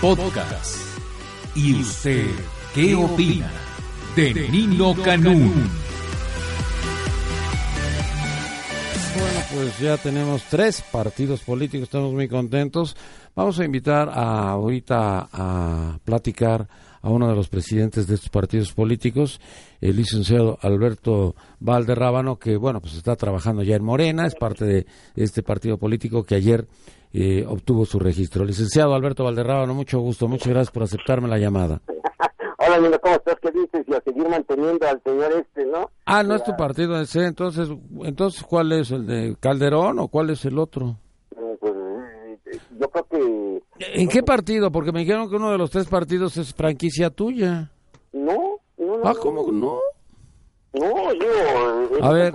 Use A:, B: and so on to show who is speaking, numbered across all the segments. A: Podcast. ¿Y usted qué opina de Nino Canún?
B: Bueno, pues ya tenemos tres partidos políticos, estamos muy contentos. Vamos a invitar a, ahorita a platicar a uno de los presidentes de estos partidos políticos, el licenciado Alberto Valderrábano, que bueno, pues está trabajando ya en Morena, es parte de este partido político que ayer eh, obtuvo su registro. Licenciado Alberto Valderrábano, mucho gusto, muchas gracias por aceptarme la llamada.
C: Hola, Nino, ¿cómo estás? ¿Qué dices? Y a seguir manteniendo al señor este, ¿no?
B: Ah, no es tu partido ese, entonces, entonces ¿cuál es el de Calderón o cuál es el otro?
C: Eh, Pues, eh, yo creo que
B: ¿En qué partido? Porque me dijeron que uno de los tres partidos es franquicia tuya.
C: no, no, no,
B: Ah, ¿cómo que no?
C: no, yo... eh,
B: A ver,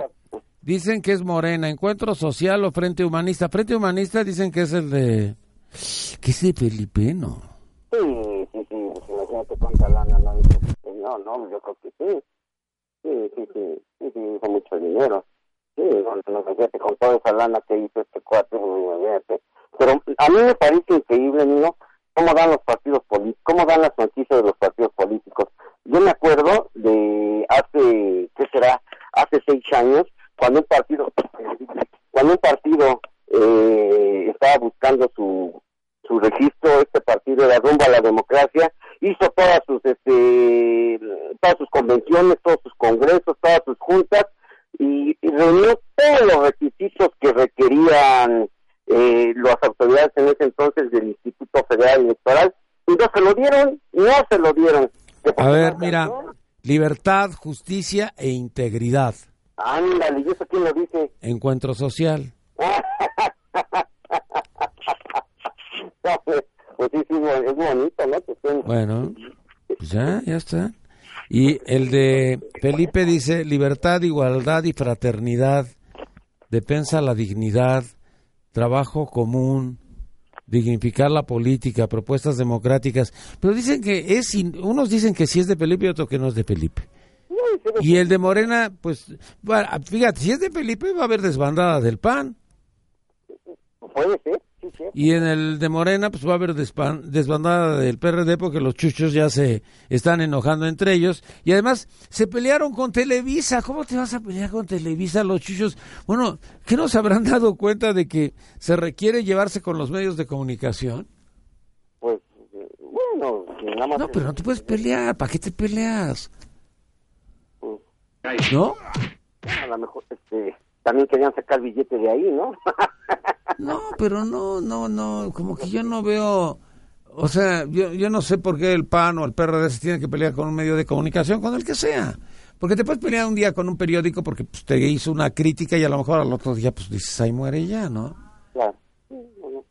B: dicen que es Morena, Encuentro Social o Frente Humanista. Frente Humanista dicen que es el de... ¿Qué es de Filipino?
C: Sí, sí, sí, pues, imagínate cuánta lana, ¿no? Yo creo que No, no, yo creo que sí. Sí, sí, sí, sí, sí, hizo mucho dinero. Sí, no, no, imagínate con toda esa lana que hizo este cuate, pues, imagínate. Pero a mí me parece increíble, ¿no? Cómo dan los partidos políticos, cómo dan las noticias de los partidos políticos. Yo me acuerdo de hace, ¿qué será? Hace seis años, cuando un partido, cuando un partido eh, estaba buscando su, su registro, este partido era rumbo a la democracia, hizo todas sus, este, todas sus convenciones, todos sus congresos, todas sus juntas, y, y reunió todos los requisitos que requerían eh, las autoridades en ese entonces del Instituto Federal Electoral, y no se lo dieron, no se lo dieron.
B: A ver, mira, libertad, justicia e integridad.
C: Ándale, ¿y eso quién lo dice?
B: Encuentro Social.
C: pues sí, sí, es bonito, ¿no? Que estén-
B: Bueno, pues ya, ya está. Y el de Felipe dice libertad, igualdad y fraternidad, defensa a la dignidad, trabajo común, dignificar la política, propuestas democráticas. Pero dicen que es, in- unos dicen que sí es de Felipe y otros que no es de Felipe. Y el de Morena, pues, bueno, fíjate, si es de Felipe va a haber desbandada del PAN.
C: Puede ser, sí, sí.
B: Y en el de Morena, pues va a haber despan- desbandada del PRD porque los chuchos ya se están enojando entre ellos. Y además, se pelearon con Televisa. ¿Cómo te vas a pelear con Televisa los chuchos? Bueno, ¿qué nos habrán dado cuenta de que se requiere llevarse con los medios de comunicación?
C: Pues, eh, bueno, si nada más...
B: No, pero no te puedes pelear. ¿Para qué te peleas?
C: pues,
B: ¿No?
C: a lo mejor, este, también querían sacar billete de ahí, ¿no?
B: No, pero no, no, no, como que yo no veo, o sea, yo, yo no sé por qué el PAN o el PRD se tienen que pelear con un medio de comunicación, con el que sea. Porque te puedes pelear un día con un periódico porque pues, te hizo una crítica y a lo mejor al otro día pues dices, ahí muere ya, ¿no?
C: claro.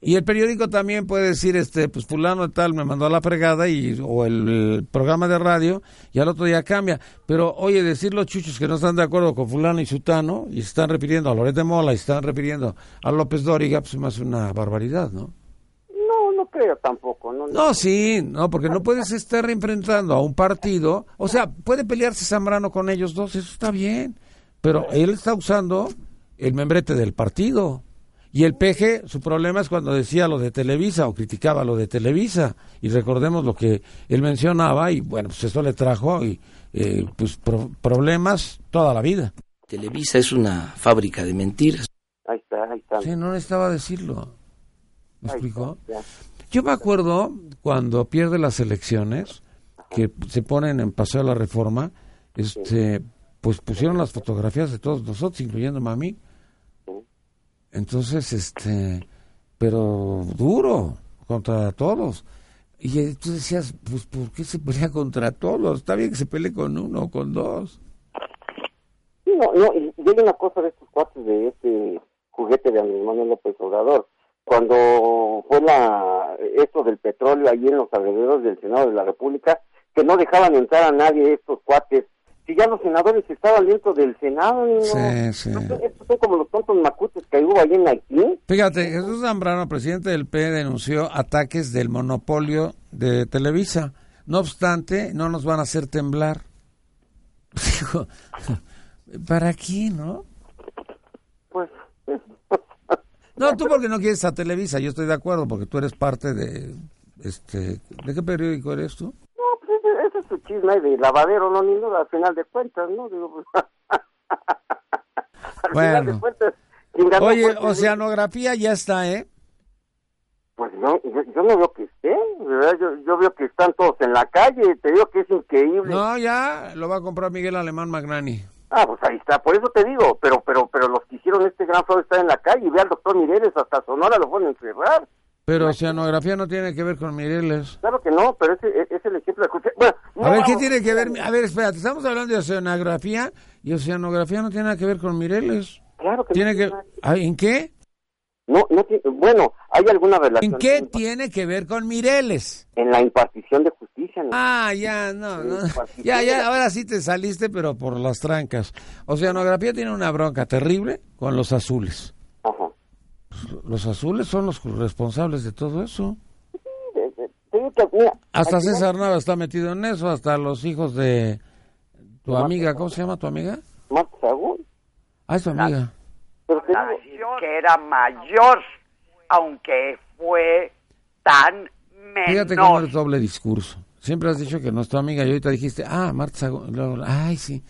B: Y el periódico también puede decir, este, pues fulano de tal me mandó a la fregada y, o el, el programa de radio y al otro día cambia. Pero oye, decir los chuchos que no están de acuerdo con fulano y sutano y se están refiriendo a Loret de Mola y se están refiriendo a López Dóriga, pues más una barbaridad, ¿no?
C: No, no creo tampoco, no, no.
B: No, sí, no, porque no puedes estar enfrentando a un partido. O sea, puede pelearse Zambrano con ellos dos, eso está bien. Pero él está usando el membrete del partido. Y el PG, su problema es cuando decía lo de Televisa o criticaba lo de Televisa. Y recordemos lo que él mencionaba y bueno, pues eso le trajo y, eh, pues, pro- problemas toda la vida.
D: Televisa es una fábrica de mentiras.
C: Ahí está, ahí está.
B: Sí, no necesitaba decirlo. ¿Me explicó?
C: Ya.
B: Yo me acuerdo cuando pierde las elecciones, que se ponen en Paseo de la Reforma, este, pues pusieron las fotografías de todos nosotros, incluyendo mami. Entonces, este, pero duro, contra todos. Y eh, tú decías, pues, ¿por qué se pelea contra todos? Está bien que se pelee con uno o con dos.
C: Sí, no, no, y y hay una cosa de estos cuates de este juguete de Andrés Manuel López Obrador. Cuando fue la, esto del petróleo ahí en los alrededores del Senado de la República, que no dejaban entrar a nadie estos cuates. Si ya los senadores estaban dentro del Senado, ¿no?
B: Sí, sí.
C: estos son como los tontos macutes que hubo ahí en Haití.
B: Fíjate, Jesús Zambrano, presidente del P, E, denunció ataques del monopolio de Televisa. No obstante, no nos van a hacer temblar. Digo, ¿para qué, no?
C: Pues,
B: No, tú porque no quieres a Televisa, yo estoy de acuerdo, porque tú eres parte de... este ¿De qué periódico eres tú?
C: No, pues ese, ese es su chisme ahí de lavadero, no, ni duda, al final de cuentas, ¿no? Digo, pues, al final
B: Bueno.
C: de cuentas, quien ganó pues,
B: Oye,
C: fue-
B: Oceanografía ya está, ¿eh?
C: Pues no, yo, yo no veo que estén, ¿verdad? Yo, yo veo que están todos en la calle, te digo que es increíble.
B: No, ya lo va a comprar Miguel Alemán Magnani.
C: Ah, pues ahí está, por eso te digo, pero pero pero los que hicieron este gran fraude están en la calle, y ve al doctor Mireles, hasta Sonora lo fueron a encerrar.
B: Pero Oceanografía no tiene que ver con Mireles.
C: Claro que no, pero ese e- es el ejemplo de... justicia. Bueno,
B: A
C: no,
B: ver, ¿qué
C: no,
B: tiene que ver? A ver, espérate, estamos hablando de Oceanografía y Oceanografía no tiene nada que ver con Mireles.
C: Claro que
B: Tiene
C: no,
B: que... Ah, ¿En qué?
C: No, no tiene- bueno, hay alguna relación
B: ¿En qué tiene que ver con Mireles?
C: en la impartición de justicia. ¿no?
B: Ah, ya, no, no. Ya, ya, ahora sí te saliste, pero por las trancas. Oceanografía tiene una bronca terrible con los azules.
C: Ajá.
B: Los azules son los responsables de todo eso.
C: Te- te- te digo que, mira,
B: Hasta
C: al final-
B: César Nava está metido en eso, hasta los hijos de tu amiga, ¿cómo se llama tu amiga?
C: Marta Sagún,
B: Ah, es tu amiga.
C: pero te
E: la
C: digo,
E: decisión que era mayor, aunque fue tan
B: Fíjate cómo
E: menor.
B: es doble discurso. Siempre has dicho que no es tu amiga y ahorita dijiste, ah, Marta Sagún. Luego, Ay, sí.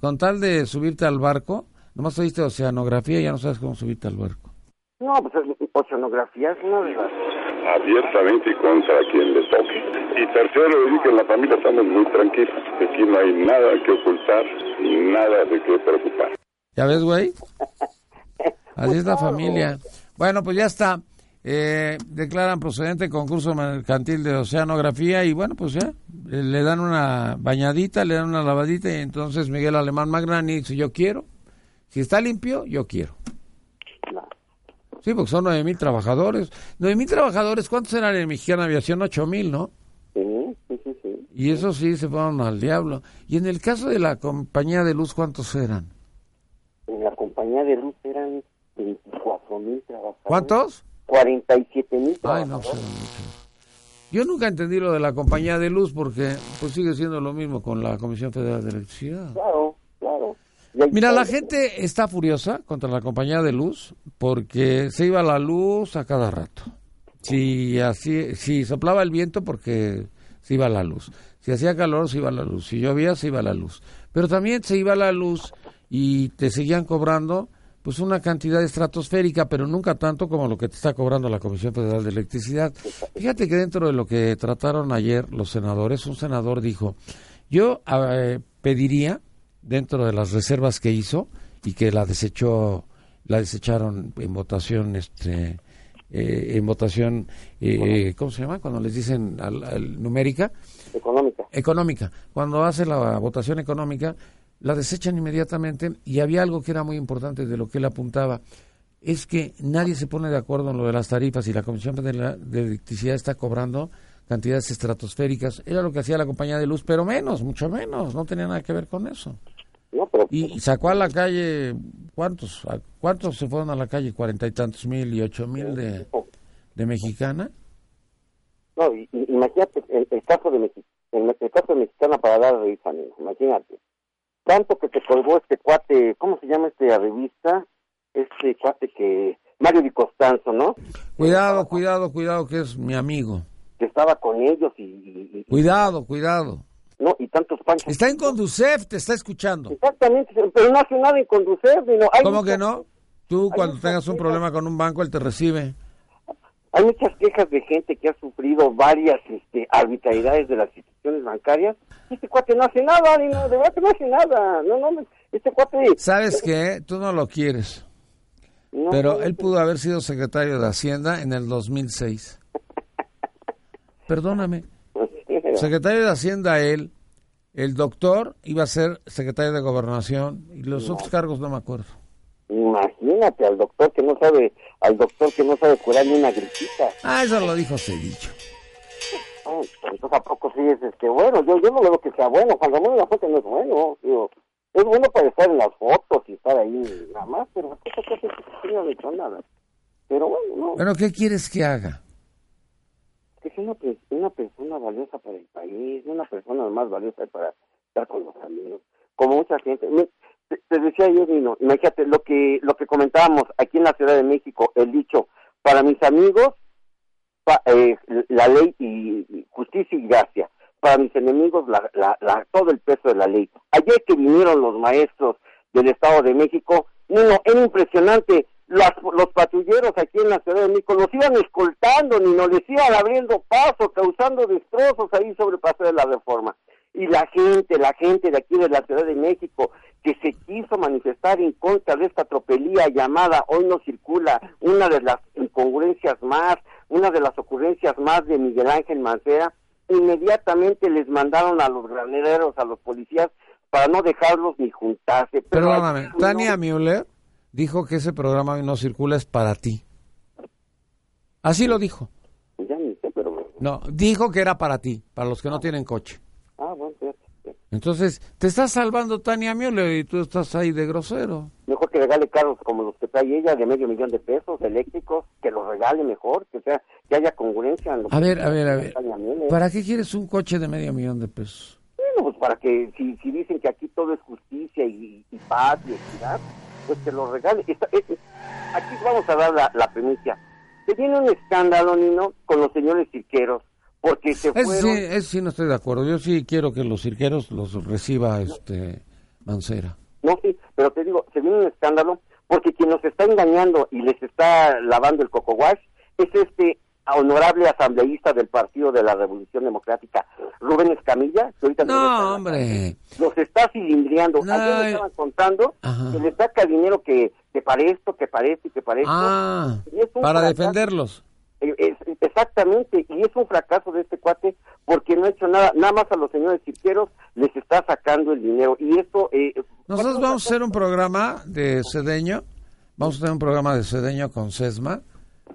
B: Con tal de subirte al barco, nomás oíste oceanografía y ya no sabes cómo subirte al barco.
C: no, pues es- oceanografía es una de las...
F: abiertamente y contra quien le toque. Y tercero, decir que en la familia estamos muy tranquilos, que aquí no hay nada que ocultar y nada de qué preocupar.
B: ¿Ya ves, güey? Así es
C: Pues
B: la familia. Bueno, pues ya está. Eh, declaran procedente concurso mercantil de oceanografía y bueno, pues ya eh, le dan una bañadita, le dan una lavadita y entonces Miguel Alemán Magrani dice, yo quiero. Si está limpio, yo quiero. Sí, porque son nueve mil trabajadores. Nueve mil trabajadores, ¿cuántos eran en Mexicana Aviación? Ocho mil, ¿no?
C: Sí, sí, sí, sí.
B: Y eso sí se fueron al diablo. Y en el caso de la compañía de luz, ¿cuántos eran?
C: En la compañía de luz eran 24 mil trabajadores.
B: ¿Cuántos?
C: 47 mil
B: Ay, no, pues, era mucho. Yo nunca entendí lo de la compañía de luz porque pues sigue siendo lo mismo con la Comisión Federal de Electricidad.
C: Claro, claro. Y ahí
B: Mira, la
C: está-
B: gente está furiosa contra la compañía de luz porque se iba la luz a cada rato. Si así, si soplaba el viento porque se iba la luz. Si hacía calor se iba la luz. Si llovía se iba la luz. Pero también se iba la luz y te seguían cobrando pues una cantidad estratosférica, pero nunca tanto como lo que te está cobrando la Comisión Federal de Electricidad. Fíjate que dentro de lo que trataron ayer los senadores, un senador dijo, yo eh, pediría dentro de las reservas que hizo y que la desechó la desecharon en votación este eh, en votación eh, cómo se llama cuando les dicen al- al- numérica
C: Económica.
B: económica cuando hace la votación económica la desechan inmediatamente y había algo que era muy importante de lo que él apuntaba es que nadie se pone de acuerdo en lo de las tarifas y la Comisión de, la- de Electricidad está cobrando cantidades estratosféricas. Era lo que hacía la compañía de luz, pero menos, mucho menos. No tenía nada que ver con eso.
C: No, pero
B: Y sacó a la calle, ¿cuántos? ¿A ¿Cuántos se fueron a la calle? Cuarenta y tantos mil y ocho mil de, de mexicana.
C: No, y- y- imagínate el, el caso de Mexi- el, el caso de Mexicana para dar risa, amigo, imagínate. Tanto que se colgó este cuate, ¿cómo se llama este revista? Este cuate que, Mario Di Costanzo, ¿no?
B: Cuidado, cuidado, cuidado, que es mi amigo.
C: Que estaba con ellos y, y- y-
B: Cuidado, cuidado.
C: no, y tantos panchos.
B: Está en Conducef, te está escuchando.
C: Exactamente, pero no hace nada en conducir, sino hay
B: ¿Cómo
C: muchas-
B: que no? Tú cuando tengas un problema con un banco, él te recibe.
C: Hay muchas quejas de gente que ha sufrido varias este, arbitrariedades de las instituciones bancarias. Este cuate no hace nada, ni no, de verdad que no hace nada. No, no, este cuate...
B: ¿Sabes qué? Tú no lo quieres.
C: no,
B: Pero
C: no,
B: él pudo haber sido secretario de Hacienda en el 2006. Perdóname.
C: no, no,
B: Secretario de Hacienda él, el doctor iba a ser secretario de Gobernación y los otros cargos no me acuerdo.
C: Imagínate al doctor que no sabe, al doctor que no sabe curar ni una gripita.
B: Ah, eso lo dijo Cedillo.
C: Oh, pero entonces ¿a poco sí es este, bueno? Yo, yo no lo veo que sea bueno. Juan Ramón Lafote no es bueno. Digo, es bueno para estar en las fotos y estar ahí nada más, pero la cosa que hace es que no le hecho nada. Pero bueno, no.
B: Bueno, ¿qué quieres que haga?
C: que sea una, pe- una persona valiosa para el país, una persona más valiosa para estar con los amigos, como mucha gente. Me- te, te decía yo, Dino, imagínate lo que, lo que comentábamos aquí en la Ciudad de México, el dicho, para mis amigos, pa- eh, la ley y y justicia y gracia, para mis enemigos, la, la- la- todo el peso de la ley. Ayer que vinieron los maestros del Estado de México, Nino, era impresionante. Las- los patrulleros aquí en la Ciudad de México los iban escoltando, Nino, les iban abriendo paso, causando destrozos ahí sobre el paseo de la reforma. Y la gente, la gente de aquí de la Ciudad de México, que se quiso manifestar en contra de esta tropelía llamada Hoy no circula, una de las incongruencias más, una de las ocurrencias más de Miguel Ángel Mancera, inmediatamente les mandaron a los graneros, a los policías, para no dejarlos ni juntarse. Pero
B: Perdóname,
C: así no-
B: Tania Müller dijo que ese programa Hoy no circula es para ti. Así lo dijo.
C: Ya ni sé, pero bueno.
B: No, dijo que era para ti, para los que no tienen coche.
C: Ah, bueno, fíjate, fíjate.
B: Entonces, te estás salvando Tania Müller y tú estás ahí de grosero.
C: Mejor que regale carros como los que trae ella de medio millón de pesos, eléctricos, que los regale mejor, que sea, que haya congruencia. En lo
B: A
C: que-
B: ver, a ver, a ver.
C: Tania Müller.
B: ¿Para qué quieres un coche de medio millón de pesos?
C: Bueno, pues para que si, si dicen que aquí todo es justicia y, y paz y equidad, pues que lo regale. Esta- eh, eh, aquí vamos a dar la, la primicia. Se viene un escándalo, Nino, con los señores cirqueros, porque se
B: Eso sí,
C: fueron...
B: eso sí no estoy de acuerdo. Yo sí quiero que los cirqueros los reciba este Mancera.
C: No, sí, pero te digo, se viene un escándalo porque quien nos está engañando y les está lavando el coco wash es este honorable asambleísta del Partido de la Revolución Democrática, Rubén Escamilla, que ahorita no está en la
B: No, hombre.
C: los está cilindriando.
B: No,
C: Ayer
B: eh.
C: me estaban contando
B: Ajá.
C: que le saca dinero que, que para esto, que para esto y que para esto.
B: Ah,
C: Y es un
B: para
C: fracaso.
B: defenderlos.
C: Eh, es- exactamente, y es un fracaso de este cuate porque no ha hecho nada. Nada más a los señores cirqueros les está sacando el dinero. Y esto... Eh,
B: Nosotros vamos a hacer un programa de Cedeño. Vamos a tener un programa de Cedeño con Sesma.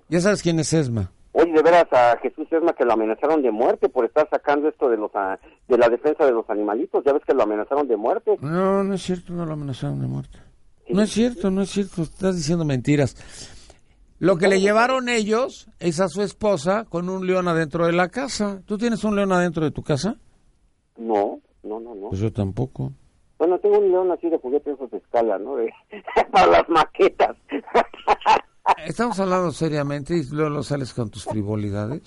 B: Ya sabes quién es Sesma.
C: Oye, de veras a Jesús Esma que lo amenazaron de muerte por estar sacando esto de los a- de la defensa de los animalitos. Ya ves que lo amenazaron de muerte.
B: No, no es cierto, no lo amenazaron de muerte. No es cierto, no es cierto, estás diciendo mentiras. Lo que le llevaron ellos es a su esposa con un león adentro de la casa. ¿Tú tienes un león adentro de tu casa?
C: No, no, no, no.
B: Pues yo tampoco.
C: Bueno, tengo un león así de juguete esos de escala, ¿no? De- para las maquetas.
B: Estamos hablando seriamente y luego lo sales con tus frivolidades.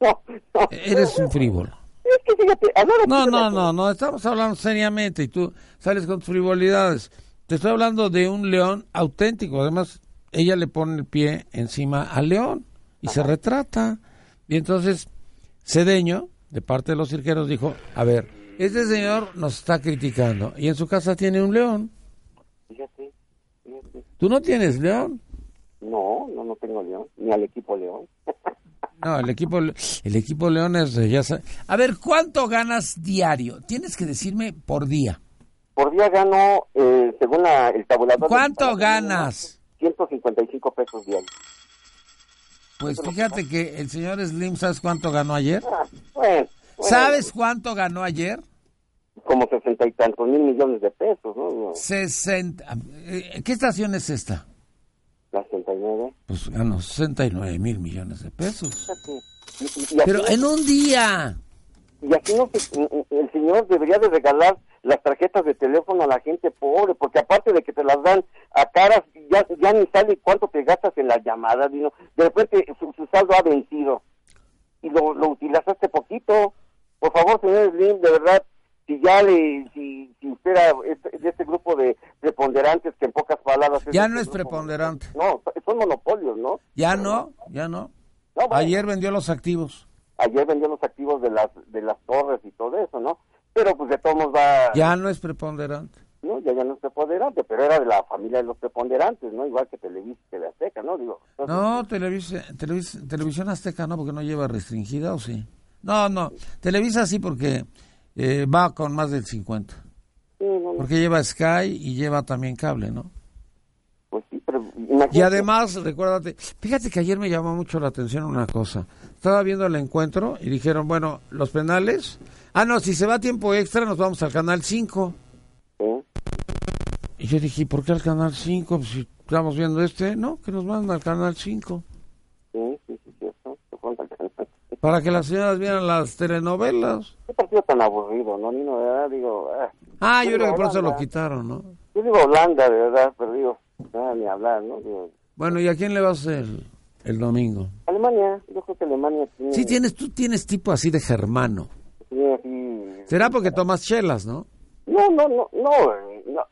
C: no, no.
B: Eres un frívolo.
C: Es que fíjate, hablar aquí
B: No,
C: de
B: no,
C: la-
B: no, no, estamos hablando seriamente y tú sales con tus frivolidades. Te estoy hablando de un león auténtico. Además, ella le pone el pie encima al león y se retrata. Y entonces, Cedeño, de parte de los cirqueros, dijo, a ver, este señor nos está criticando y en su casa tiene un león.
C: Fíjate, fíjate.
B: ¿Tú no tienes león?
C: No, no, no tengo león, ni al equipo león.
B: No, el equipo, el equipo león es... Ya sa- A ver, ¿cuánto ganas diario? Tienes que decirme por día.
C: Por día gano, eh, según la- el tabulador...
B: ¿Cuánto
C: del-
B: ganas?
C: 155 pesos diarios.
B: Pues fíjate que el señor Slim, ¿sabes cuánto ganó ayer?
C: Ah, bueno, bueno,
B: ¿Sabes cuánto ganó ayer?
C: Como sesenta y tantos mil millones de pesos, ¿no?
B: 60. eh, ¿Qué estación es esta?
C: La 69.
B: Pues ganó 69 mil millones de pesos.
C: Fíjate. Y, y- y aquí,
B: Pero en un día.
C: y aquí no se- mm, el señor debería de regalar las tarjetas de teléfono a la gente pobre, porque aparte de que te las dan a caras, ya, ya ni sale cuánto te gastas en las llamadas, ¿no? De repente su, su saldo ha vencido y lo, lo utilizaste poquito. Por favor, señor Slim, de verdad, si ya le, si, si usted era este- de este grupo de preponderantes que en pocas palabras...
B: Ya
C: este
B: no es
C: grupo-
B: preponderante.
C: No, son monopolios, ¿no?
B: Ya no, ya no.
C: No, bueno,
B: Ayer vendió los activos.
C: ayer vendió los activos de las de las torres y todo eso, ¿no? Pero pues de todos modos va,
B: Ya no es preponderante.
C: ¿no? Ya, ya no es preponderante, pero era de la familia de los preponderantes, ¿no? Igual que Televisa y Teleazteca, ¿no? Digo, entonces,
B: No, Televisa, Televisa- Televisión Azteca no, porque no lleva restringida, ¿o sí? No, no. Televisa sí, porque eh, va con más del 50.
C: sí, no, no,
B: Porque lleva Sky y lleva también cable, ¿no?
C: pues sí, pero imagínate.
B: Y además, recuérdate, fíjate que ayer me llamó mucho la atención una cosa. estaba viendo el encuentro y dijeron, bueno, los penales. Ah, no, si se va a tiempo extra, nos vamos al canal 5.
C: ¿sí?
B: Y yo dije, ¿y ¿por qué al canal 5? Pues si estamos viendo este, no, que nos mandan al canal 5.
C: Sí, sí, sí, cierto. Se fue al canal.
B: Para que las señoras vieran las telenovelas.
C: Qué Este partido tan aburrido, ¿no, Nino? De verdad, digo, ah.
B: Ah, yo creo que por eso lo
C: Holanda.
B: quitaron, ¿no?
C: Yo digo Holanda, de verdad, pero digo, nada, ni hablar, ¿no? Digo,
B: Bueno, ¿y a quién le vas el, el domingo?
C: Alemania, yo creo que Alemania tiene...
B: Sí, tienes, tú tienes tipo así de germano.
C: tiene así-
B: Será porque tomas chelas, ¿no?
C: No, no, no, no, eh, no.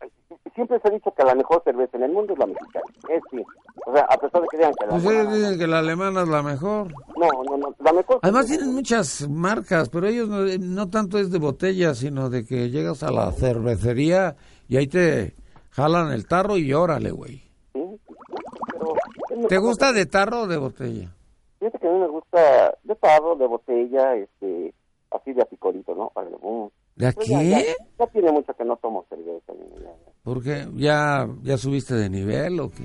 C: Siempre se ha dicho que la mejor cerveza en el mundo es la mexicana. Es sí. O sea, a pesar de que digan que la
B: Pues ellos
C: alemana-
B: dicen que la alemana es la mejor.
C: No, no, no. La mejor.
B: Además tienen muchas marcas, pero ellos no, eh, no tanto es de botella, sino de que llegas a la cervecería y ahí te jalan el tarro y órale, güey.
C: Sí, pero es
B: ¿Te
C: mejor-
B: gusta de tarro o de botella?
C: Fíjate que a mí me gusta de tarro, de botella, este, así de apicorito, ¿no? Órale, bum.
B: ¿De
C: Pues ya,
B: aquí?
C: Ya, ya tiene mucho que no tomo cerveza. ni nada.
B: Porque ya, ya subiste de nivel o qué?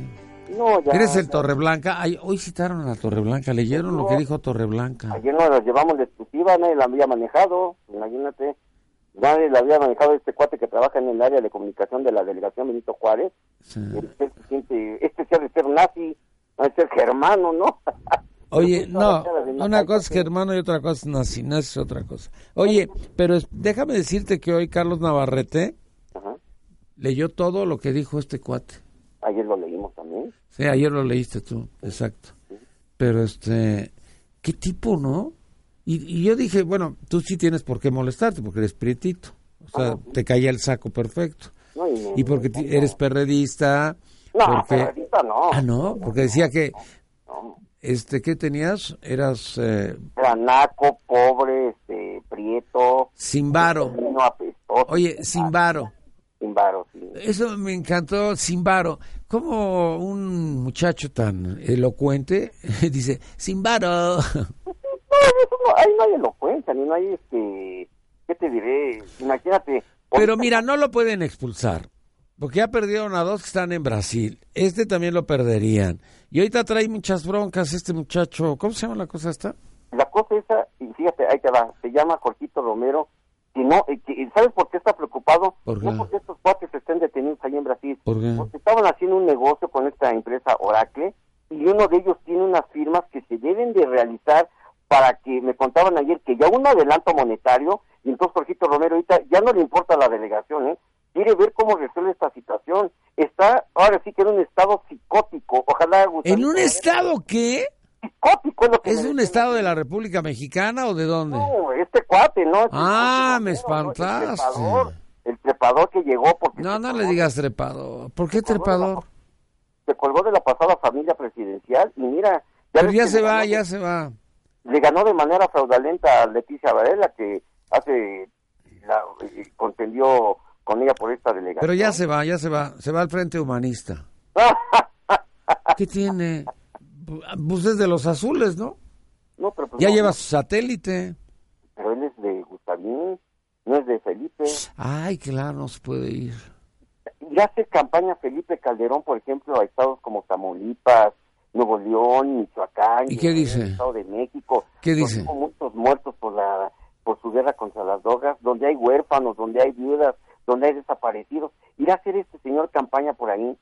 C: No, ya.
B: ¿Eres el
C: ya.
B: Torreblanca? Ay, hoy citaron a Torreblanca, leyeron lo que dijo Torreblanca.
C: Ayer nos la llevamos de exclusiva, nadie la había manejado, imagínate. Nadie la había manejado este cuate que trabaja en el área de comunicación de la delegación Benito Juárez.
B: Sí.
C: Este, se siente- este se ha de ser nazi, ha de ser germano, ¿no?
B: Oye,
C: Yo puse
B: no,
C: la cara de
B: una
C: Macaco,
B: cosa es que
C: sí.
B: hermano y otra cosa es nazi, nazi es otra cosa. Oye, pero es- déjame decirte que hoy Carlos Navarrete
C: Ajá.
B: leyó todo lo que dijo este cuate.
C: Ayer lo leímos también.
B: Sí, ayer lo leíste tú, exacto. Pero este, ¿qué tipo, no? Y, y yo dije, bueno, tú sí tienes por qué molestarte porque eres prietito. O sea, te caía el saco perfecto.
C: No, y,
B: Y porque ti- eres perredista.
C: No,
B: porque-
C: perredista no.
B: Ah, no, porque decía que,
C: no.
B: este, ¿qué tenías? Eras eh,
C: Era naco, pobre, este, prieto.
B: sin varo.
C: No apestoso.
B: Oye, sin varo.
C: Sin varo, sí.
B: Eso me encantó, sin varo. Como un muchacho tan elocuente dice, sin varo.
C: No, eso no, ahí no hay elocuencia, ni no hay este. ¿Qué te diré? Imagínate.
B: Pero mira, no lo pueden expulsar. Porque ya perdieron a dos que están en Brasil. Este también lo perderían. Y ahorita trae muchas broncas este muchacho. ¿Cómo se llama la cosa esta?
C: La cosa esa, y fíjate, ahí te va, se llama Jorgito Romero. Y no, y que- y ¿sabes por qué está preocupado?
B: ¿Por qué?
C: No porque estos cuates estén detenidos ahí en Brasil.
B: ¿Por qué?
C: Porque estaban haciendo un negocio con esta empresa Oracle y uno de ellos tiene unas firmas que se deben de realizar para que me contaban ayer que ya un adelanto monetario y entonces Jorgito Romero ahorita ya no le importa la delegación, ¿eh? Quiere ver cómo resuelve esta situación. Está ahora sí que en un estado psicótico. Ojalá Gustavo-
B: ¿En un estado qué?
C: psicótico es lo que
B: ¿Es
C: me
B: un
C: decían.
B: estado de la República Mexicana o de dónde?
C: No, este cuate, ¿no? Este
B: Ah, me
C: cuate, ¿no? El
B: espantaste.
C: trepador, el trepador que llegó porque...
B: No,
C: se
B: no
C: colgó-
B: le digas trepador. ¿Por qué trepador?
C: Se colgó de la pasada familia presidencial y mira...
B: Pero
C: ves
B: ya
C: que
B: se
C: le
B: va,
C: ganó-
B: ya se va.
C: Le ganó de manera fraudulenta a Leticia Varela que hace... La, eh, contendió con ella por esta delegación.
B: Pero ya se va, ya se va. Se va al Frente Humanista. ¿Qué tiene? Pues es de los azules, ¿no?
C: No, pero pues
B: Ya
C: no,
B: lleva su satélite.
C: Pero él es de Gustavín, no es de Felipe.
B: Ay, claro, no se puede ir.
C: Y hace campaña Felipe Calderón, por ejemplo, a estados como Tamaulipas, Nuevo León, Michoacán.
B: ¿Y qué dice?
C: El Estado de México.
B: ¿Qué
C: donde
B: dice?
C: hubo muchos muertos por, la, por su guerra contra las drogas, donde hay huérfanos, donde hay viudas, donde hay desaparecidos. Ir a hacer este señor campaña por ahí,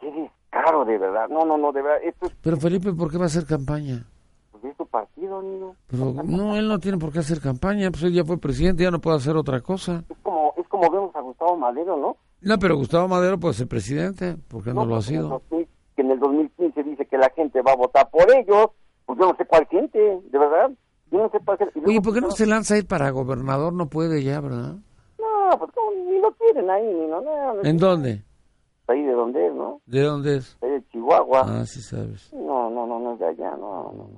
C: qué descaro, de verdad. No, no, no, de verdad, esto es,
B: Pero Felipe, ¿por qué va a hacer campaña?
C: pues, es su partido, niño.
B: Pero no, él no tiene por qué hacer campaña. Pues él ya fue presidente, ya no puede hacer otra cosa.
C: Es como, es como vemos a Gustavo Madero, ¿no?
B: No, pero Gustavo Madero puede ser presidente. ¿Por qué no, lo ha
C: pues, en el
B: sido?
C: 2000 Que en el 2015 dice que la gente va a votar por ellos, pues yo no sé cuál gente, de verdad. Yo no sé cuál gente. Y
B: Oye,
C: luego, pues,
B: ¿por qué no se lanza a ir para gobernador? No puede ya, ¿verdad?
C: No, pues no, ni lo quieren ahí, ni no, no, no,
B: ¿En dónde?
C: ahí de donde es, ¿no?
B: ¿De dónde es?
C: Ahí de Chihuahua.
B: Ah, sí sabes.
C: No, no, no, no es de allá, no, no. no.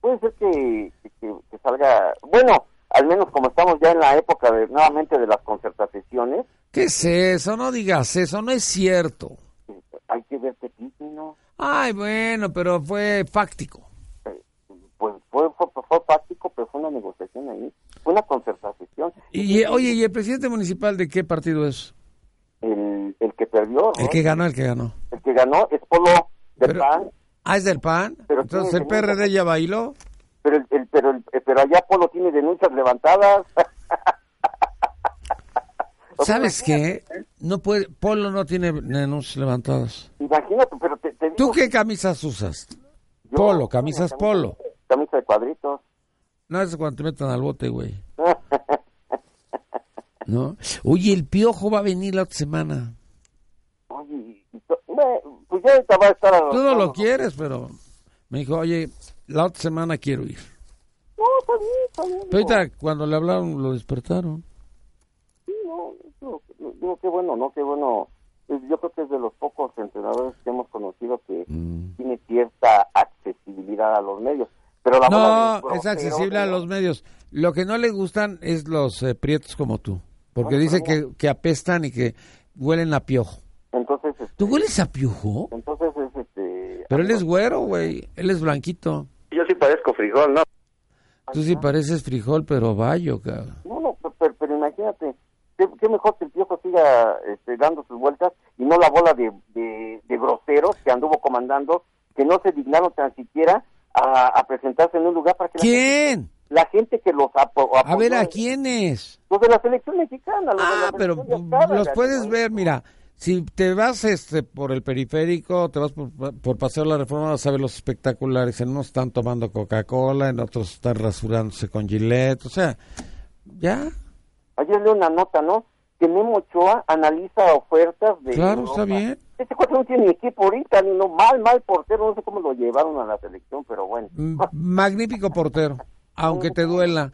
C: Puede ser que, que, que salga, bueno, al menos como estamos ya en la época de, nuevamente de las concertaciones,
B: ¿Qué es eso? No digas eso, no es cierto.
C: pues, hay que ver qué dice, ¿no?
B: Ay, bueno, pero fue fáctico.
C: Eh, Pues fue, fue, fue práctico, pero fue una negociación ahí, fue una concertación.
B: Y, eh, oye, ¿y el presidente municipal de qué partido es?
C: el, el que perdió, ¿no?
B: El que ganó, el que ganó.
C: El que ganó es Polo de
B: Pero-
C: PAN,
B: Ah, es del PAN.
C: Pero
B: Entonces
C: tiene
B: el
C: que-
B: PRD ya bailó.
C: pero el, el- pero pero, el- eh, pero allá Polo tiene denuncias levantadas.
B: ¿Sabes qué? No puede, Polo no tiene denuncias levantadas.
C: Imagínate, pero te, te
B: ¿Tú
C: digo,
B: qué camisas usas?
C: yo-
B: Polo, camisas
C: una camisa-
B: polo.
C: Camisa de cuadritos.
B: No es cuando te metan al bote, güey. ¿No? Oye, el piojo va a venir la otra semana.
C: Oye, y to- me- pues ya ahorita va a estar...
B: Tú no lo quieres, pero me dijo, oye, la otra semana quiero ir.
C: No, está bien, está bien.
B: Pero ahorita cuando le hablaron lo despertaron.
C: No, no, no, digo, qué bueno, ¿no? Qué bueno. Eh, Yo creo que es de los pocos entrenadores que hemos conocido que
B: Mm.
C: tiene cierta accesibilidad a los medios. Pero la bola
B: No,
C: de groseros,
B: es accesible a
C: ¿no?
B: los medios. Lo que no le gustan es los eh, prietos como tú, porque dice que, que apestan y que huelen a piojo.
C: Entonces, este,
B: ¿Tú hueles a piojo?
C: entonces es este...
B: Pero él es güero, güey. Él es blanquito.
C: Yo sí parezco frijol, ¿no?
B: Tú sí pareces frijol, pero bayo, cabrón.
C: No, no, pe- pe- pero, imagínate, qué, qué mejor que el piojo siga este, dando sus vueltas y no la bola de, de, de groseros que anduvo comandando, que no se dignaron tan siquiera a, a presentarse en un lugar para que la
B: ¿Quién?
C: la gente que los apo
B: A ver, ¿a
C: apoyó,
B: quiénes?
C: Los de la selección mexicana. Los de la
B: Ah, pero
C: selección de Azcárraga,
B: los puedes
C: ¿no?
B: ver, mira. Si te vas este por el periférico, te vas por, por Paseo de la Reforma, vas a ver los espectaculares. En unos están tomando Coca-Cola, en otros están rasurándose con Gillette. O sea, ya.
C: Ayer leí una nota, ¿no? Que Memo Ochoa analiza ofertas de.
B: Claro, está bien.
C: Este cuate no tiene equipo ahorita, ni no, mal, mal portero, no sé cómo lo llevaron a la selección, pero bueno.
B: M- Magnífico portero. Aunque te duela.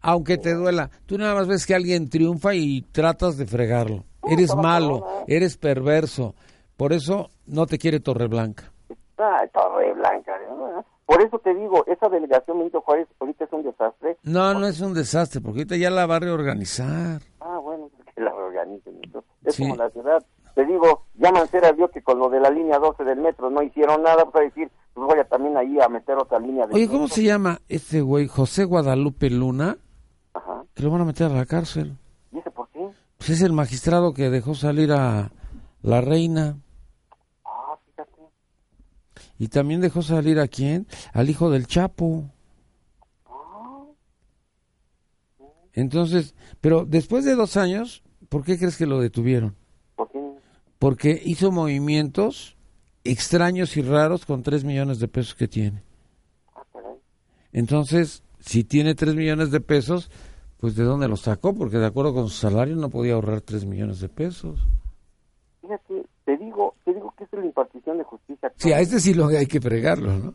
B: Aunque te duela. Tú nada más ves que alguien triunfa y tratas de fregarlo. Eres malo, eres perverso. Por eso no te quiere Torreblanca.
C: Ah, Torre Blanca. ¿no? Por eso te digo, esa delegación Benito Juárez ahorita es un desastre.
B: No, no es un desastre, porque ahorita ya la va a reorganizar.
C: Ah, bueno, que la organicen. entonces. Es
B: Sí.
C: como la ciudad. Te digo, ya Mancera vio que con lo de la línea 12 del metro no hicieron nada, pues a decir, pues voy a también ahí a meter otra línea de
B: Oye, ¿cómo
C: metro.
B: se llama este güey? José Guadalupe Luna,
C: Ajá.
B: que lo van a meter a la cárcel.
C: ¿Y ese por qué?
B: Pues es el magistrado que dejó salir a la reina.
C: Ah, fíjate.
B: Y también dejó salir a quién? Al hijo del Chapo.
C: Ah.
B: Entonces, pero después de dos años, ¿por qué crees que lo detuvieron?
C: ¿Por qué?
B: Porque hizo movimientos extraños y raros con tres millones de pesos que tiene.
C: Ah, caray.
B: Entonces, si tiene 3 millones de pesos, pues ¿de dónde los sacó? Porque de acuerdo con su salario no podía ahorrar 3 millones de pesos.
C: Fíjate, te digo, te digo que es la impartición de justicia.
B: Sí, a este sí lo hay que fregarlo, ¿no?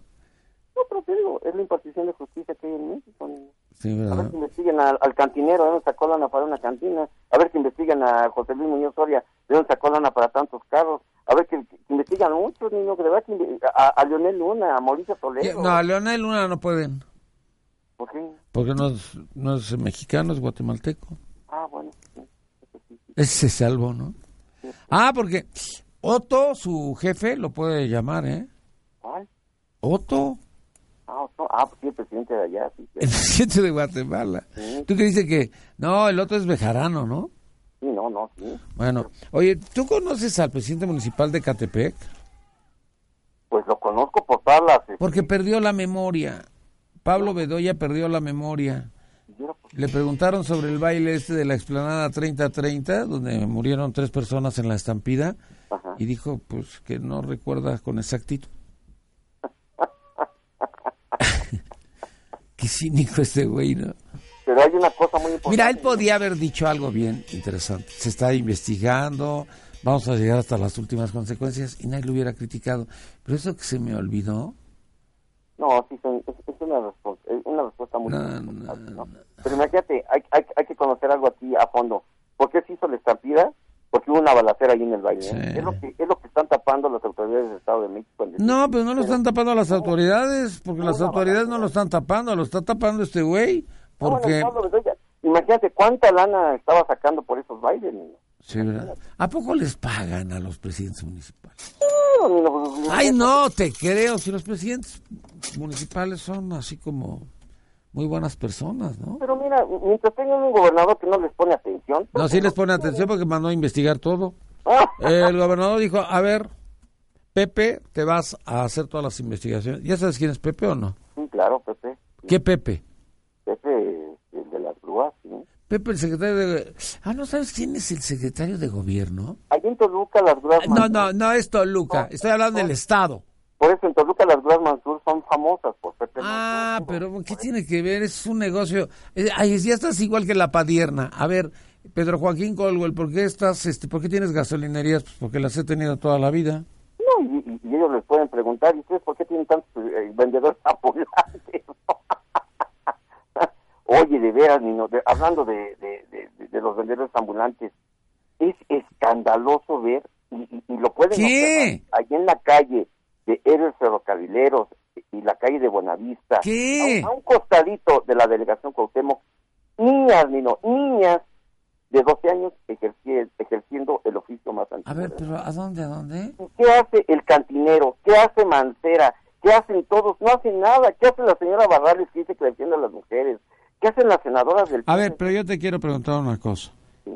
C: No, pero te digo, es la impartición de justicia que hay en México. niño.
B: Sí,
C: A ver
B: ¿verdad?
C: si investiguen al, al cantinero, de dónde sacó lana para una cantina. A ver si investigan a José Luis Muñoz Soria, de dónde sacó lana para tantos carros. A ver que, que investigan muchos, niño, que de verdad que inve- a, a Leonel Luna, a Mauricio Toledo.
B: No, a Leonel Luna no pueden.
C: ¿Por qué?
B: Porque no es, no es mexicano, es guatemalteco.
C: Ah, bueno. sí.
B: Ese se salvó, ¿no? Ah, porque Otto, su jefe, lo puede llamar, ¿eh?
C: ¿Cuál?
B: Otto,
C: Ah, no, ah, pues sí, el presidente de allá. Sí, sí.
B: el presidente de Guatemala. Tú que dices que, no, el otro es bejarano, ¿no?
C: Sí, no, no, sí.
B: Bueno, oye, ¿tú conoces al presidente municipal de Catepec?
C: Pues lo conozco por todas las... este,
B: Porque perdió la memoria. Pablo Bedoya perdió la memoria.
C: yo-
B: Le preguntaron sobre el baile este de la explanada 3030, donde murieron tres personas en la estampida,
C: Ajá.
B: y dijo pues que no recuerda con exactitud. Qué cínico este güey, ¿no?
C: Pero hay una cosa muy importante.
B: Mira, él podía haber dicho algo bien interesante. Se está investigando, vamos a llegar hasta las últimas consecuencias y nadie lo hubiera criticado. Pero eso que se me olvidó,
C: No, sí, son- es, es una, respuesta, una respuesta muy
B: No,
C: responsable,
B: no,
C: ¿no? Pero imagínate, hay, hay, hay que conocer algo aquí a fondo. ¿Por qué se hizo la estampida? Porque hubo una balacera ahí en el baile. ¿eh?
B: Sí.
C: Es, lo que, es lo que están tapando las autoridades del Estado de México. en "Ah, el-
B: No, pero no lo están tapando las autoridades, porque las
C: no,
B: autoridades no lo están tapando, lo está tapando este güey,
C: Ah, bueno,
B: porque...
C: Pablo Bedoya, imagínate cuánta lana estaba sacando por esos bailes. niño.
B: Sí, ¿verdad? ¿A poco les pagan a los presidentes municipales?
C: Claro, niño,
B: Ay, no, te creo, si los presidentes municipales son así como muy buenas personas, ¿no?
C: Pero mira, mientras tengan un gobernador que no les pone atención.
B: No, sí les pone atención porque mandó a investigar todo.
C: Ah,
B: El gobernador dijo, a ver, Pepe, te vas a hacer todas las investigaciones. ¿Ya sabes quién es Pepe o no?
C: sí, claro, Pepe.
B: ¿Qué Pepe? Pepe, el secretario de... Ah, ¿no sabes quién es el secretario de gobierno?
C: Allí en Toluca las grúas
B: No,
C: Mansur-
B: no, no es Toluca. Estoy hablando del Estado.
C: Por eso en Toluca las grúas Mansur son famosas por Pepe
B: Ah,
C: Mansur.
B: pero ¿qué tiene que ver? Es un negocio. Eh, Ay, ya estás igual que la padierna. A ver, Pedro Joaquín Colwell, ¿por qué estás, este, por qué tienes gasolinerías? Pues porque las he tenido toda la vida.
C: No, y, y- y ellos les pueden preguntar, ¿y ustedes por qué tienen tantos eh, vendedores ambulantes? Oye, de veras, niño, de- hablando de, de- de- de- de los vendedores ambulantes, es escandaloso ver, y, y- y lo pueden
B: ¿Qué?
C: observar, allí en la calle de Héroes Ferrocarrileros y la calle de Buenavista,
B: ¿Qué?
C: A, un- a un costadito de la delegación Cuauhtémoc, niñas, niño, niñas de 12 años ejerci- ejerciendo el oficio más antiguo.
B: A ver,
C: del
B: pero ¿a dónde, a dónde?
C: ¿Y ¿Qué hace el cantinero? ¿Qué hace Mancera? ¿Qué hacen todos? No hacen nada. ¿Qué hace la señora Barrales que dice que defiende a las mujeres? ¿Qué hacen las senadoras del
B: A ver,
C: PRI?
B: pero yo te quiero preguntar una cosa.
C: Sí.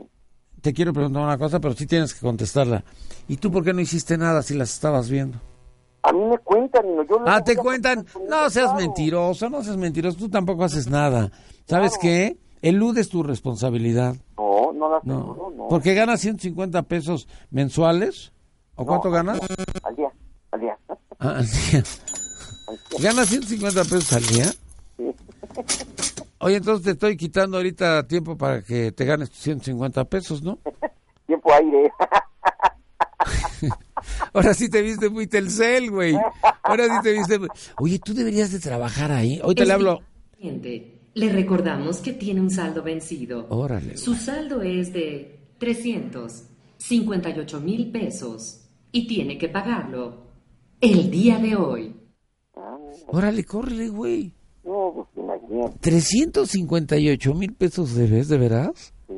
B: Te quiero preguntar una cosa, pero sí tienes que contestarla. ¿Y tú por qué no hiciste nada si las estabas viendo?
C: A mí me cuentan, niño. Yo
B: Ah,
C: luego
B: te
C: voy a-
B: cuentan. No seas
C: Claro.
B: mentiroso, no seas mentiroso. Tú tampoco haces nada. ¿Sabes qué? Eludes tu responsabilidad.
C: No, no las
B: No,
C: tengo, no.
B: porque ganas 150 pesos mensuales. ¿O cuánto ganas?
C: Al día, al día.
B: Ah, al día. ¿Ganas 150 pesos al día? Oye, entonces te estoy quitando ahorita tiempo para que te ganes tus 150 pesos, ¿no?
C: Tiempo aire.
B: Ahora sí te viste muy telcel, güey. Ahora sí te viste... muy- Oye, tú deberías de trabajar ahí. Ahorita le hablo...
G: Cliente, Le recordamos que tiene un saldo vencido.
B: Órale.
G: Su saldo es de 358 mil pesos y tiene que pagarlo el día de hoy.
B: Órale, córrele, güey.
C: No, pues imagínate.
B: 358 mil pesos debes, ¿de veras?
C: sí.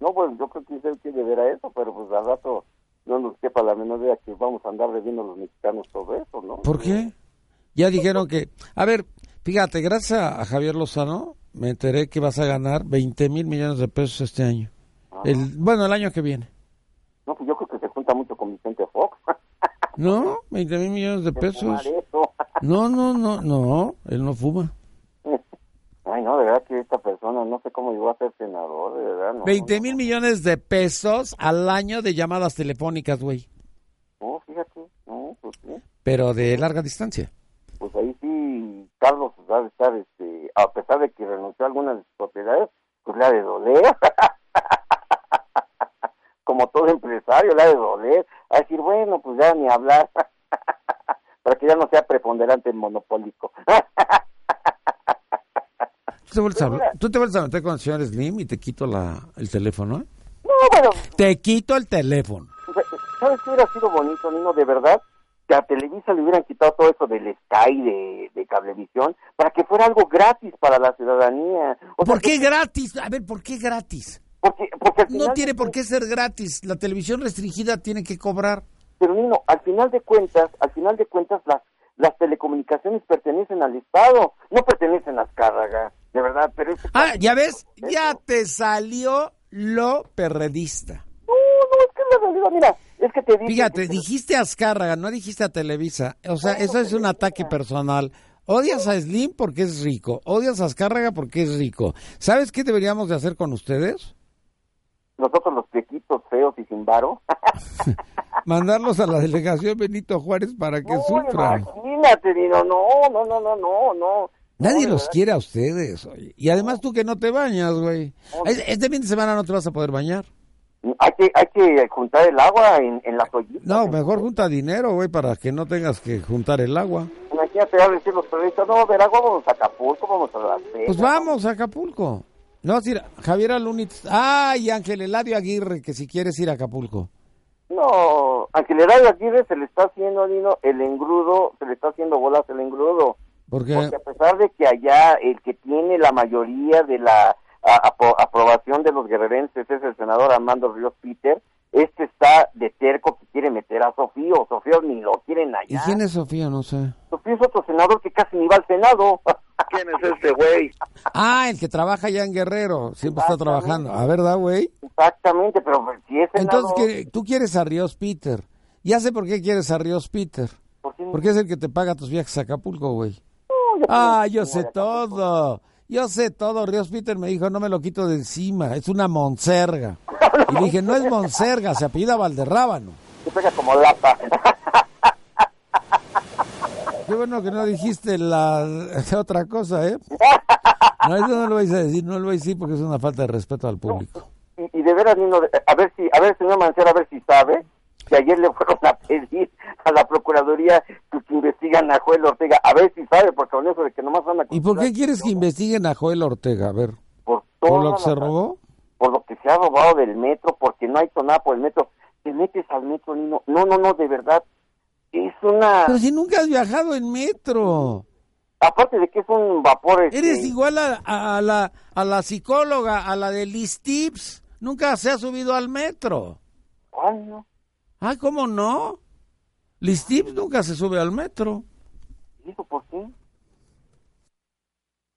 C: No, pues yo creo que es el que deberá eso, pero pues al rato no nos quepa la menor idea que vamos a andar debiendo los mexicanos todo eso, ¿no?
B: ¿Por qué? Ya dijeron que... A ver, fíjate, gracias a a Javier Lozano me enteré que vas a ganar 20 mil millones de pesos este año. El, bueno, el año que viene.
C: No, pues yo creo que se junta mucho con Vicente Fox.
B: ¿No? 20 mil millones de pesos.
C: Fumar eso.
B: No, no, no, no, él no fuma.
C: Ay, no, de verdad que esta persona no sé cómo llegó a ser senador, de verdad. No,
B: 20
C: no,
B: mil
C: no.
B: millones de pesos al año de llamadas telefónicas, güey.
C: No, fíjate, no, pues sí.
B: Pero de larga distancia.
C: Pues ahí sí, Carlos va a estar, este, a pesar de que renunció a algunas de sus propiedades, pues la de doler. Como todo empresario, la de doler. A decir, bueno, pues ya ni hablar. Para que ya no sea preponderante el monopólico.
B: Tú te vuelves a, hablar- tú te vuelves a meter con el señor Slim y te quito la, el teléfono, ¿eh?
C: No, bueno,
B: Te quito el teléfono.
C: Pues, ¿Sabes qué hubiera sido bonito, Nino? De verdad, que a Televisa le hubieran quitado todo eso del Sky, de, de Cablevisión, para que fuera algo gratis para la ciudadanía. O sea,
B: ¿Por qué gratis? A ver, ¿por qué gratis?
C: Porque, porque al
B: No
C: final-
B: tiene por qué ser gratis. La televisión restringida tiene que cobrar.
C: Pero, Nino, al final de cuentas, al final de cuentas, las, las telecomunicaciones pertenecen al Estado, no pertenecen a Azcárraga, de verdad, pero... es-
B: Ah, ya ves, ya te salió lo perredista.
C: No, no, es que es la realidad, mira, es que te dije...
B: Fíjate, dijiste a Azcárraga, no dijiste a Televisa. O sea, eso es un ataque personal. Odias a Slim porque es rico. Odias a Azcárraga porque es rico. ¿Sabes qué deberíamos de hacer con ustedes?
C: Nosotros los pequitos feos y sin varo.
B: Mandarlos a la delegación Benito Juárez para que
C: No,
B: sufran.
C: imagínate, Nino, no, no, no, no, no, no.
B: Nadie
C: No, de
B: los
C: verdad.
B: quiere a ustedes. oye. Y además tú que no te bañas, güey. Es- Este fin de semana no te vas a poder bañar.
C: Hay que, hay que juntar el agua en, en las ollitas.
B: No, mejor junta dinero, güey, para que no tengas que juntar el agua.
C: Imagínate, van a decir los periodistas, no, verá, vamos a Acapulco, vamos a la
B: Pues vamos a Acapulco. No vas a ir Javier Alunitz. Ay, Ángel Eladio Aguirre, que si quieres ir a Acapulco.
C: No, Ángel Herario Aguirre se le está haciendo, Nino, el engrudo, se le está haciendo bolas el engrudo.
B: Porque,
C: Porque a pesar de que allá el que tiene la mayoría de la a- apro- aprobación de los guerrerenses es el senador Armando Ríos Peter, este está de terco que quiere meter a Sofío. Sofío ni lo quieren
B: ¿y
C: allá.
B: quién es Sofía? No sé.
C: Sofío es otro senador que casi ni va al Senado.
D: ¿Quién es este güey?
B: Ah, el que trabaja ya en Guerrero. Siempre está trabajando. ¿A verdad, güey?
C: Exactamente, pero pues, si es senador...
B: Entonces, ¿qué- tú quieres a Ríos Peter. Ya sé por qué quieres a Ríos Peter.
C: ¿por qué no?
B: Porque es el que te paga tus viajes a Acapulco, güey.
C: Mm. No, yo
B: Ah,
C: conozco
B: yo
C: cómo
B: sé
C: era Acapulco.
B: todo. Yo sé todo, Ríos Peter me dijo, no me lo quito de encima, es una monserga. Y dije, no es monserga, se apellida Valderrábano.
C: Se pega como lapa.
B: Qué bueno que no dijiste la, la otra cosa, ¿eh? No, eso no lo vais a decir, no lo vais a decir porque es una falta de respeto al público.
C: Y, y de veras, Nino, a ver si, a ver, señor Mancera, a ver si sabe que ayer le fueron a pedir a la Procuraduría que, que investigan a Joel Ortega. A ver si sabe, porque con eso de que nomás van a...
B: ¿Y por qué quieres que investiguen a Joel Ortega? A ver,
C: Por,
B: ¿por
C: todas
B: lo que se
C: las-
B: robó?
C: Por lo que se ha robado del metro, porque no hay tonada por el metro. Te metes al metro, Nino. No, no, no, de verdad. Es una...
B: Pero si nunca has viajado en metro.
C: Aparte de que es un vapor... este,
B: Eres igual a, a- a la, a la psicóloga, a la de Liz Tips. Nunca se ha subido al metro.
C: Ay, no.
B: Ah, ¿cómo no? Liz Tips nunca se sube al metro.
C: ¿Y eso por qué?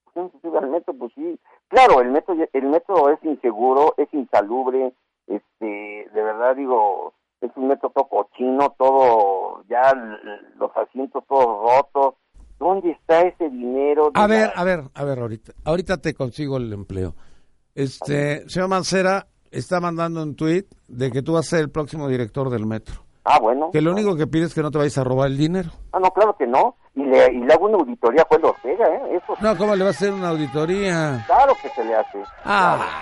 C: ¿Por qué no se sube al metro? Pues sí. Claro, el metro, ya- el metro es inseguro, es insalubre, este, de verdad digo, es un metro todo cochino, todo, ya l- los asientos todos rotos. ¿Dónde está ese dinero? de
B: A ver,
C: la-
B: a ver, a ver, ahorita, ahorita te consigo el empleo. Este, señor Mancera está mandando un tuit de que tú vas a ser el próximo director del metro.
C: Ah, bueno.
B: Que lo único que pide es que no te vayas a robar el dinero.
C: Ah, no, claro que no. Y le, y le hago una auditoría a Juan Ortega, ¿eh? Eso,
B: No, ¿cómo le vas a hacer una auditoría?
C: claro que se le hace.
B: Ah,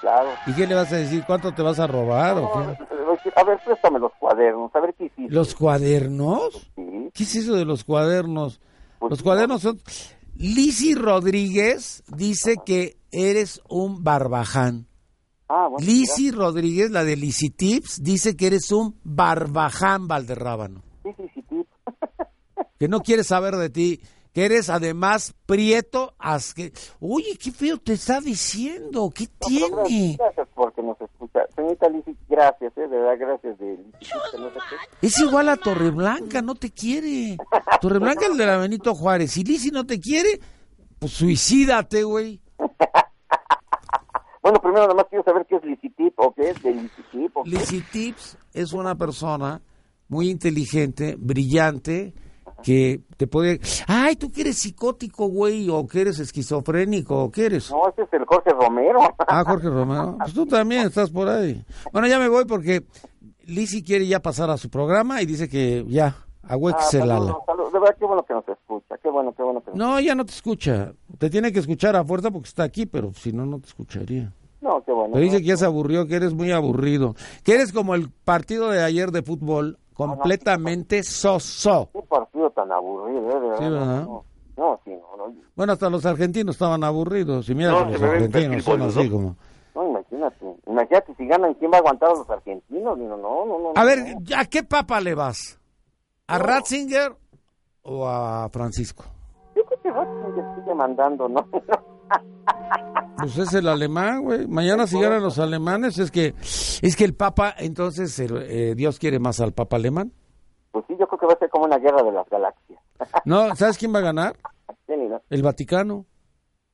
C: Claro.
B: ¿y qué le vas a decir? ¿Cuánto te vas a robar o
C: No,
B: qué?
C: le voy a decir, a ver, préstame los cuadernos, a ver qué hiciste.
B: ¿Los cuadernos?
C: Sí.
B: ¿Qué es eso de los cuadernos?
C: Pues
B: Los
C: sí,
B: cuadernos son... Lisi Rodríguez dice que eres un barbaján.
C: Ah, bueno.
B: Lisi Rodríguez, la de Lisi Tips, dice que eres un barbaján Valderrábano.
C: Sí, sí, sí, sí.
B: Que no quieres saber de ti. Que eres además prieto. asque- Oye, qué feo te está diciendo. ¿Qué
C: No, pero
B: tiene?
C: Gracias, gracias porque nos escucha. Señorita Lizzy, gracias, eh, de verdad, gracias de Lizzy, que no sé qué.
B: Es igual a Torreblanca, no te quiere. Torreblanca es el de la Benito Juárez. Si Lisi no te quiere, pues suicídate, güey.
C: Bueno, primero nada más quiero saber qué es Licitip o qué es de Licitip o qué es.
B: Lizzy Tips es una persona muy inteligente, brillante, que te puede... Ay, tú que eres psicótico, güey, o que eres esquizofrénico, o que eres...
C: No, ese es el Jorge Romero.
B: Ah, Jorge Romero. Pues tú también estás por ahí. Bueno, ya me voy porque Lizzy quiere ya pasar a su programa y dice que ya, agüéxelala.
C: Ah, saludos, saludos. De verdad, qué bueno que nos escucha. Qué bueno, qué bueno que nos
B: No, ya no te escucha. Te tiene que escuchar a fuerza porque está aquí, pero si no, no te escucharía.
C: No, qué bueno.
B: Te dice
C: ¿no?
B: que ya se aburrió, que eres muy aburrido. Que eres como el partido de ayer de fútbol, completamente soso.
C: Qué partido tan aburrido, eh, de verdad.
B: Sí, ¿verdad?
C: No, no, sí, no, no,
B: Bueno, hasta los argentinos estaban aburridos. Y mira
D: No,
B: que los
D: se me ve el
B: argentinos
D: perfil pues,
B: son
D: boludo.
B: así como...
C: no, imagínate. Imagínate si ganan, ¿quién va a aguantar a los argentinos? Nino? No, no, no.
B: A
C: no,
B: ver,
C: no.
B: ¿a qué papa le vas? ¿A Ratzinger o a Francisco?
C: Yo creo que Ratzinger sigue mandando, ¿no?
B: Pues es el alemán, güey. Mañana si ganan los alemanes es que es que el Papa, entonces el, eh, Dios quiere más al Papa alemán.
C: Pues sí, yo creo que va a ser como una guerra de las galaxias.
B: No, ¿sabes quién va a ganar?
C: Sí, Nino.
B: El Vaticano.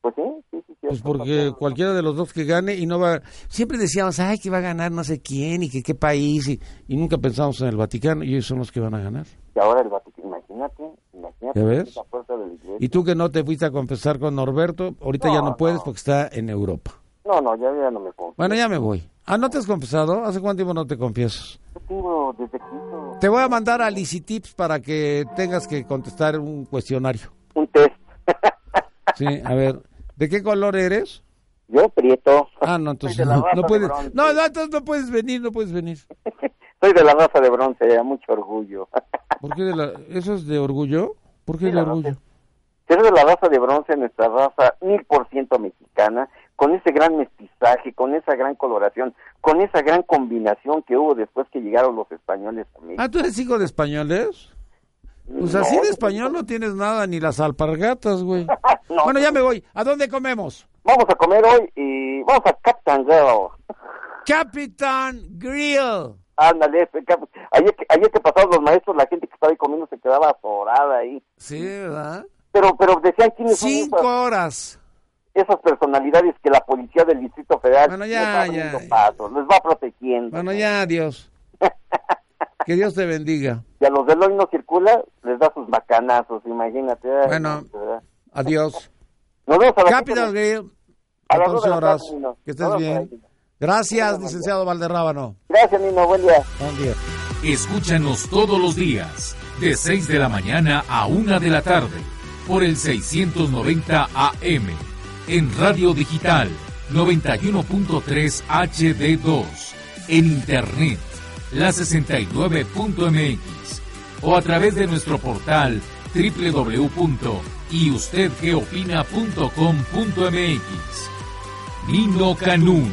C: Pues sí, sí, sí. sí,
B: Pues
C: es
B: porque
C: compatible.
B: cualquiera de los dos que gane y no va. Siempre decíamos, ay, que va a ganar no sé quién y que qué país y, y nunca pensamos en el Vaticano y ellos son los que van a ganar.
C: Y ahora el Vaticano, imagínate, imagínate.
B: ¿Ya ves?
C: La puerta de la iglesia.
B: Y tú que no te fuiste a confesar con Norberto, ahorita ya
C: No,
B: no puedes
C: no.
B: porque está en Europa.
C: No, no, ya, ya no me confío.
B: Bueno, ya me voy. Ah, ¿no te has confesado? ¿Hace cuánto tiempo no te confiesas?
C: Yo tengo desde quinto
B: Te voy a mandar a Licitips para que tengas que contestar un cuestionario.
C: un test.
B: Sí, a ver, ¿de qué color eres?
C: Yo, Prieto,
B: Ah, no, entonces
C: Soy de la
B: no,
C: raza
B: no
C: de
B: puedes.
C: bronce.
B: No, no, entonces no puedes venir, no puedes venir.
C: soy de la raza de bronce, a mucho orgullo.
B: ¿Por qué de la- ¿Eso es de orgullo? ¿Por qué de
C: la
B: orgullo?
C: raza. Ser de la raza de bronce, nuestra raza mil por ciento mexicana, con ese gran mestizaje, con esa gran coloración, con esa gran combinación que hubo después que llegaron los españoles a México.
B: Ah, ¿tú eres hijo de españoles? Pues
C: No,
B: así
C: yo
B: de
C: soy-
B: español no tienes nada, ni las alpargatas, güey.
C: No.
B: Bueno, ya me voy. ¿A dónde comemos?
C: Vamos a comer hoy y vamos a Captain Girl.
B: Capitán Grill.
C: Ándale, ese cap- ayer que, ayer que pasaron los maestros, la gente que estaba ahí comiendo se quedaba atorada ahí.
B: Sí, ¿verdad?
C: Pero, pero decían quiénes son
B: Cinco
C: esas,
B: horas.
C: esas personalidades que la policía del Distrito Federal
B: Bueno,
C: les
B: ya,
C: va abriendo
B: ya, ya.
C: paso, les va protegiendo.
B: Bueno, ya, adiós. Que Dios te bendiga.
C: Y a los del hoy no circula, les da sus bacanazos, imagínate. Ay,
B: Bueno.
C: no, ¿verdad?
B: Adiós.
C: Nos vemos a las
H: Capital
C: siete
H: Grill,
C: de- a las
H: 14
C: dos de la
H: horas.
C: tarde, Nino.
H: Que
C: Nos
H: estés
C: vemos
H: bien.
C: por ahí.
H: Gracias, licenciado Valderrábano.
C: Gracias, Nino. Buen día.
H: Buen día.
A: Escúchanos todos los días, de 6 de la mañana a 1 de la tarde, por el 690 AM, en Radio Digital 91.3 HD2, en Internet, la 69.mx, o a través de nuestro portal www.yustedgeopina.com.mx. Nino Canún.